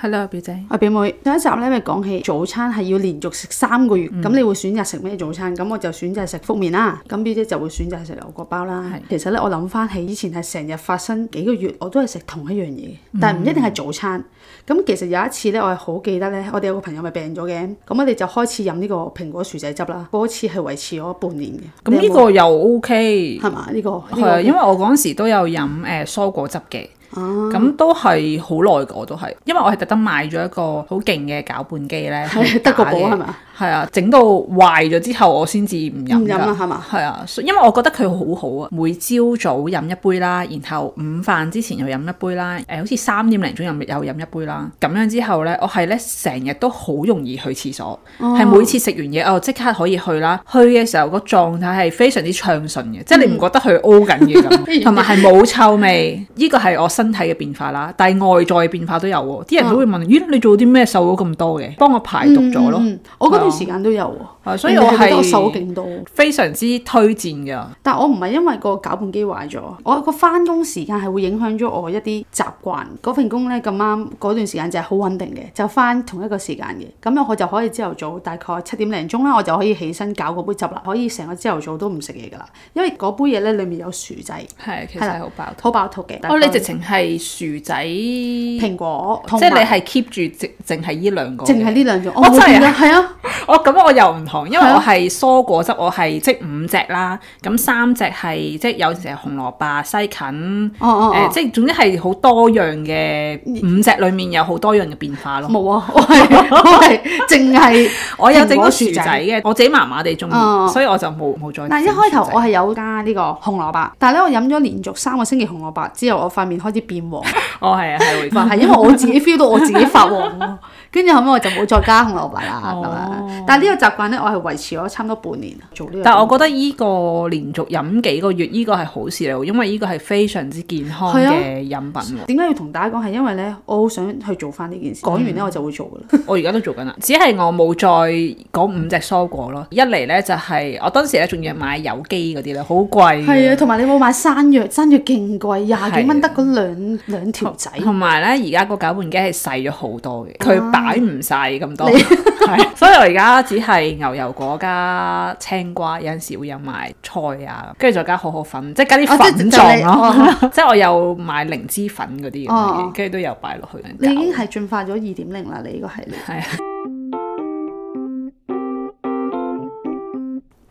係啦，表姐。啊，表妹，上一集咧咪講起早餐係要連續食三個月，嗯咁、你會選擇食咩早餐？咁我就選擇食福麵啦，咁表姐就會選擇食牛角包啦。其實咧，我諗翻起以前係成日發生幾個月，我都係食同一樣嘢，嗯但係唔一定係早餐。咁其實有一次咧，我係好記得咧，我哋有個朋友咪病咗嘅，咁我哋就開始飲呢個蘋果薯仔汁啦。嗰次係維持咗半年嘅。咁呢個又 OK，係嘛？呢、個呢係啊，因為我嗰陣時都有飲誒、呃蔬果汁嘅。哦咁都係好耐嘅，我都係，因為我係特登買咗一個好勁嘅攪拌機咧，係德國假寶嘅係嘛？係啊，整到壞咗之後，我先至唔飲唔飲啊㗎。係嘛？係啊，所因為我覺得佢好好啊，每朝早飲一杯啦，然後午飯之前又飲一杯啦，誒、好似三點零鐘又又飲一杯啦，咁樣之後呢，我係呢成日都好容易去廁所，哦係、每次食完嘢我即刻可以去啦，去嘅時候個狀態係非常之暢順嘅，即係嗯你唔覺得佢 O 緊嘅 哎咁，同埋係冇臭味，呢個係我身體嘅變化啦，但係外在嘅變化都有喎，啲哦人都會問，咦你做啲咩瘦咗咁多嘅？幫我排毒咗咯，嗯，我嗰段時間都有喎。係所以人我哋係覺得我瘦咗係勁多。非常之推薦㗎。但我唔係因為個攪拌機壞咗，我個翻工時間係會影響咗我一啲習慣。嗰份工呢，咁啱嗰段時間就係好穩定嘅，就翻同一個時間嘅。咁樣我就可以朝頭早大概七點零鐘啦，我就可以起身搞嗰杯汁啦，可以成個朝頭早都唔食嘢噶啦。因為嗰杯嘢呢，裡面有薯仔，係，其實係啦係好爆肚。好飽肚嘅。哦，你直大情係薯仔，即概蘋果，同係你埋係 keep 住淨淨係呢兩個嘅。淨係呢兩種，我哦冇真係變啊㗎，係啊，我咁我又唔同，因為係啊我係蔬果汁，我係即五隻啦，咁三隻係即係有時係紅蘿蔔、西芹，哦哦誒 哦，即係總之係好多樣嘅五隻裡面有好多樣嘅變化咯。冇啊，我係我係淨係我有整蘋過果薯薯仔仔嘅，我自己麻麻地中意哦，所以我就冇冇再整薯仔。但一開頭我係有加呢個紅蘿蔔，但係咧我飲咗連續三個星期紅蘿蔔之後，我塊面開始變黃， 我係啊係會話係因為我自己 feel 到我自己發黃喎， 跟住後尾我就冇再加紅蘿蔔啦哦咁樣。但係呢個習慣咧，我係維持咗差唔多半年啊做呢個。但我覺得依個連續飲幾個月，依、個係好事嚟喎，因為依個係非常之健康係啊嘅飲品喎。 點解要同大家講係因為咧，我好想去做翻呢件嗯事。講完咧我就會做噶啦。我而家都做緊啦，只係我冇再嗰五隻蔬果咯。一嚟呢，就係、我當時咧仲要買有機嗰啲咧，好貴係啊，嘅。同埋你冇買山藥，山藥勁貴，廿幾係啊蚊得嗰兩兩條仔。同埋呢，而家個攪拌機係細咗好多嘅，啊佢擺唔晒咁多， 係所以我而家只係牛油果加青瓜，有陣時會有埋菜啊，跟住再加可可粉，即係加啲哦即係粉就狀你咯， 即係我有買靈芝粉嗰啲咁哦嘅哦，跟住都有擺落去。你已經係進化咗二點零啦，你呢個系列。係啊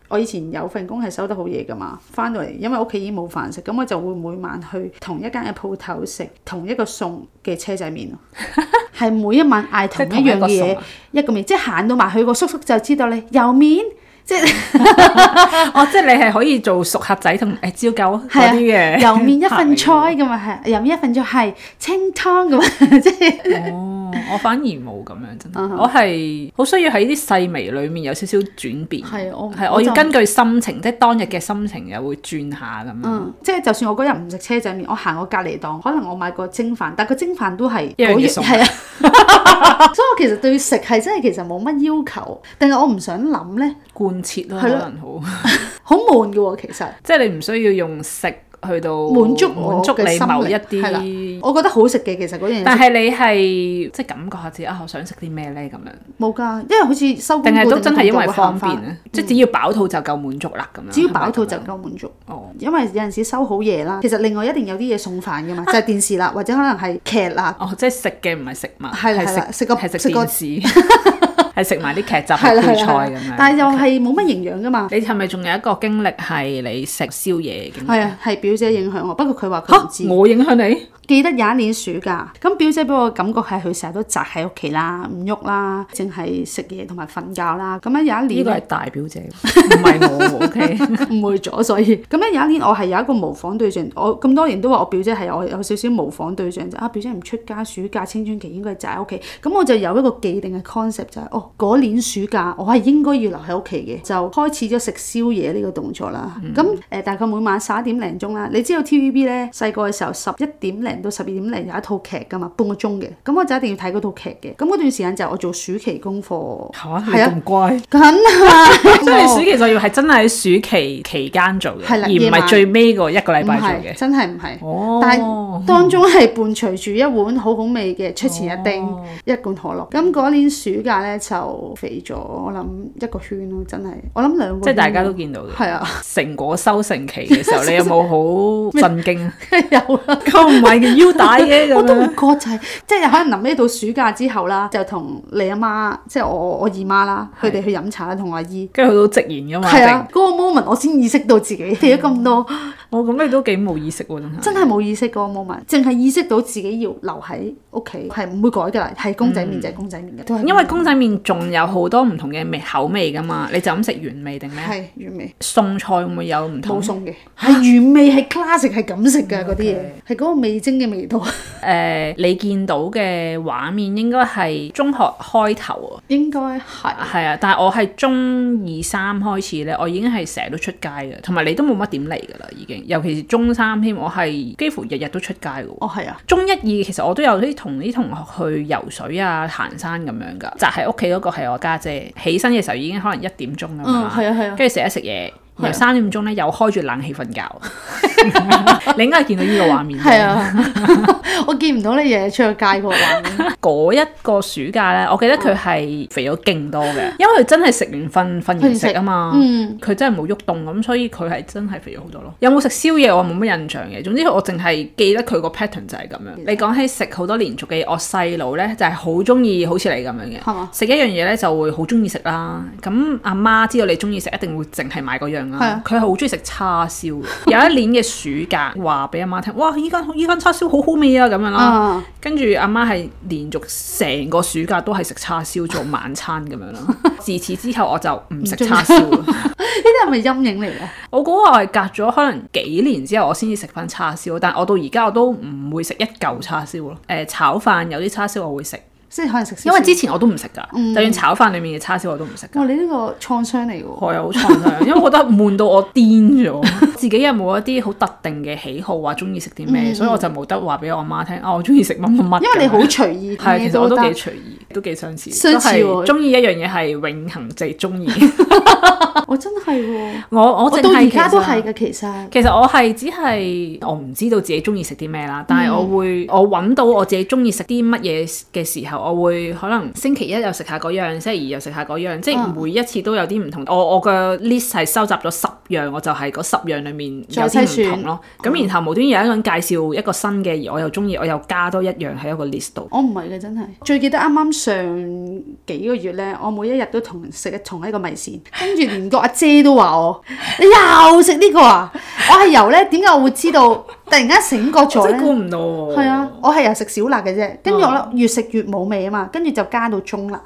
我以前有份工係收得好夜噶嘛，翻到嚟因為屋企已經冇飯食，咁我就會每晚去同一間嘅鋪頭食同一個餸嘅車仔 麵咯，係每一晚嗌同即係一樣同一個餸嘢啊一個麵，即係行到埋去個叔叔就知道你有 麵，即係哦，即係你係可以做熟客仔同誒照舊啊啊嗰啲嘅，油麵一份菜客嚟嘅。咁啊，係油麵一份菜係清湯咁啊， 即係哦，我反而冇咁樣，啊真係，我係好需要喺啲細微裡面有少少轉變。係我係我要就根據心情，即係當日嘅心情又會轉下咁樣。嗯，即係就算我嗰日唔食車仔麵，我行我隔離檔，可能我買個蒸飯，但個蒸飯都係一樣嘅餸係啊。 所以我其實對食係真係其實冇乜要求，但係我唔想諗咧，貫徹咯，可係咯能好， 好悶嘅喎，其實即係你唔需要用食去到滿足我滿足嘅你心某一靈係啦啲。我覺得好食嘅其實嗰樣嘢嗯但係你係即係感覺下自己啊，我想食啲咩咧咁樣，冇㗎，因為好似收工定嗰係陣都真係因為我方行便返，嗯咧？即係只要飽肚就夠滿足啦咁樣。只要係咪飽肚咁就樣夠滿足。哦。因為有陣時收好夜啦，其實另外一定有啲嘢送飯㗎嘛，啊就係電視啦，或者可能係劇啦，哦，即係食嘅唔係食物，係啦係係啦食食個係食食個電視， 係食埋啲劇集係配啦係菜啦係咁啦樣。但係又 OK 係冇乜營養㗎嘛。你係咪仲有一個經歷係你食宵夜嘅經歷？係啊，係表姐影響我，不過佢話佢唔知嗯嚇！。我影響你？記得有一年暑假，咁表姐俾我感覺係佢成日都宅喺屋企啦，唔喐啦，淨係食嘢同埋瞓覺啦。咁樣有一呢年個係大表姐，唔係我。OK， 誤會咗，所以咁樣有一年我係有一個模仿對象，我咁多年都話我表姐係我有少少模仿對象就啊表姐唔出街，暑假青春期應該係宅喺屋企，咁我就有一個既定嘅 concept 就係、哦嗰年暑假我係應該要留喺屋企嘅，就開始咗食宵夜呢個動作啦。嗯咁誒、呃大概每晚十一點零鐘啦，你知道 TVB 咧細個嘅時候十一點零到十二點零有一套劇㗎嘛，半個鐘嘅，咁我就一定要睇嗰套劇嘅。咁嗰段時間就係我做暑期功課，嚇你係啊，咁乖， 梗係，即係暑期作業係真係喺暑期期間做嘅，係啦而唔夜晚係最尾嗰一個禮唔拜做係嘅。真係唔係。哦，但係哦當中係伴隨住一碗好好味嘅出前一丁、哦一罐可樂。咁嗰年暑假咧就肥咗，我諗一個圈咯，真係我諗兩個圈咯。即係大家都見到嘅。係啊， 成果收成期嘅時候， 你有冇好震 驚啊？有啦。佢唔係件腰帶嘅 我咁都唔樣。覺就係、即係可能臨尾到暑假之後啦，就同你阿媽，即係我我姨媽啦，佢哋去飲茶啦，同我阿姨。跟住佢都直言噶嘛，係啊，嗰、個 moment 我先意識到自嗯己跌咗咁多，我咁你都幾冇意識喎，真係。真係冇意識嗰個 moment，淨係意識到自己要留喺屋企，係唔會改㗎啦，係公仔嗯麵就係公仔麵嘅，都係因為公仔麵仲有好多唔同嘅味口味噶嘛，你就咁食原味定咩？係原味餸菜會唔會有唔同冇？餸嘅，係原味係 classic 係咁食㗎嗰啲嘢嗯 OK，係嗰個味精嘅味道，誒、呃你見到嘅畫面應該係中學開頭應該係啊，係啊，但係我係中二三開始咧，我已經係成日都出街嘅，同埋你都冇乜點嚟㗎啦，已經，尤其是中三添，我係幾乎日日都出街嘅喎。哦係啊，中一二其實我都有啲同啲同學去游水啊、行山咁樣㗎，宅喺屋企嗰個係我家姐起身嘅時候已經可能一點鐘咁樣嗯啦，係啊係啊。跟住食一食嘢，然後三點鐘咧又開住冷氣瞓覺。 你應該係見到呢個畫面。係。啊， 我見唔到你日日出去街嗰個畫面。嗰一個暑假咧，我記得哦佢係肥咗勁多 嘅，因為佢真係食完瞓，瞓完食啊嘛。嗯，佢真係冇喐動咁，所以佢係真係肥咗好多咯。有冇食宵夜我冇乜印象嘅，總之我淨係記得佢個 pattern 就係咁樣。你講起食好多連續嘅嘢，我細佬呢就係好中意好似你咁樣嘅，係嘛？食一樣嘢呢就會好中意食啦。咁阿媽知道你中意食，一定會淨係買嗰樣係啦啊。佢係好中意食叉燒嘅。有一年嘅暑假，話俾阿媽聽，哇！依間依間叉燒好好味啊，咁樣啦。啊，跟住阿媽係連續成個暑假都係食叉燒做晚餐咁樣 啦。自此之後我就唔食叉燒啦。 呢啲係咪陰影嚟嘅？我估我係隔咗可能幾年之後，我先至食翻叉燒，但我到而家我都唔會食一嚿叉燒咯。誒、炒飯有啲叉燒我會食，嗯即係可能食少因少，為之前我都唔食㗎，就算炒飯裡面嘅叉燒我都唔食㗎。哇，你呢個創傷嚟嘅喎。我又好創傷，因為我覺得悶到我癲咗。 自己有冇一啲好特定嘅喜好話中意食啲咩，所以我就冇得話俾我媽聽啊，我中意食乜乜乜咁樣。因為你好隨意，係，咩其實我都幾得。隨意，都幾相似，相似喎都係中意一樣嘢係永恆就係中意。我哦真係喎， 我我我淨到係而家其實都係嘅，其實。其實我係只係我唔知道自己中意食啲咩啦，但係我會我揾到我自己中意食啲乜嘢嘅時候，我會可能星期一又食下嗰樣，星期二又食下嗰樣，即係每一次都有啲唔同。我我嘅 list 係收集咗十樣，我就係嗰十樣裡面有再啲篩唔選同咯。咁然後無端有一個人介紹一個新嘅，而我又中意，我又加多一樣喺一個 list 度。我唔係嘅，真係最記得啱啱上幾個月咧，我每一日都同人食同一個米線，跟住連個阿姐都話我： 你又食呢個啊！我係由咧點解我會知道？突然間醒覺咗真咧係。估唔到喎！係啊，我係又食少辣嘅啫，跟住我咧越食越冇味啊嘛，跟住就加到中辣，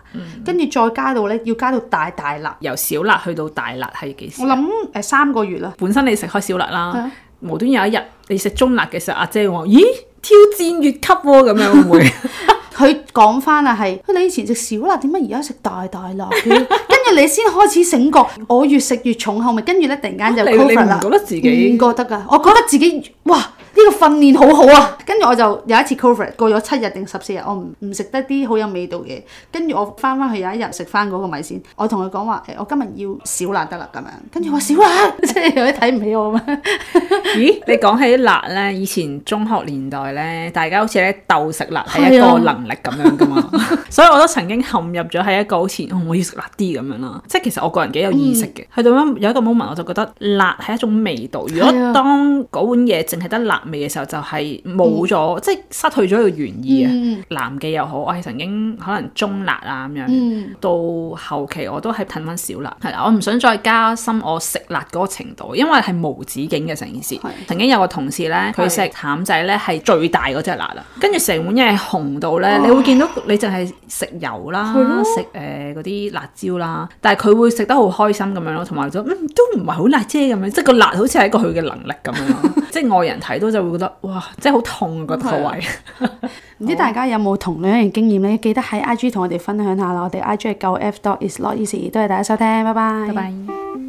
跟住再加到咧要加到大大辣。由小辣去到大辣係幾時我？諗誒三個月啦，本身你食開小辣係啦啊，無端有一日你食中辣嘅時候，阿姐話：咦，挑戰越級喎、咁樣會唔會？ 佢講翻啊係，你以前食少辣，點解而家食大大辣 嘅？跟住你先開始醒覺，我越食越重口味，跟住咧突然間就你你 cover 唔啦覺。得自唔己？覺得㗎，我覺得自己哇呢、個訓練好好啊！跟住我就有一次 cover 過咗七日定十四日，我唔唔食得啲好有味道嘅。跟住我翻翻去有一日食翻嗰個米線，我同佢講話誒，我今日要少辣得啦咁樣。跟住我少辣， 即係有啲睇唔起我咁樣。咦，你講起辣呢，以前中學年代呢，大家好似咧鬥食辣係一係啊個能力咁樣噶嘛， 所以我都曾經陷入咗喺一個好似、哦我要食辣啲咁樣啦。即係其實我個人幾有意識嘅，去到一有一個 moment 我就覺得辣係一種味道。如果嗯係啊當嗰碗嘢淨係得辣味嘅時候，就係冇咗，即係失去咗個原意啊。嗯男嘅又好，我係曾經可能中辣啊咁樣，嗯，到後期我都係褪翻少辣，係啦，我唔想再加深我食辣嗰個程度，因為係無止境嘅成件事係。曾經有個同事呢，佢食淡仔呢係最大嗰只辣啦，跟住成碗嘢係紅到呢，你會見到你淨係食油啦係咯，食呃誒嗰啲辣椒啦，但係佢會食得好開心咁樣咯，同埋就嗯都唔係好辣啫咁樣，即係個辣好似係一個佢嘅能力咁樣咯， 即係外人睇到就會覺得哇，真係好痛啊覺得個係啊位。唔知大家有冇同類型經驗呢？記得喺 IG 同我哋分享下啦。我哋 IG 係 9f dot is not easy，多謝大家收聽，拜拜。拜拜。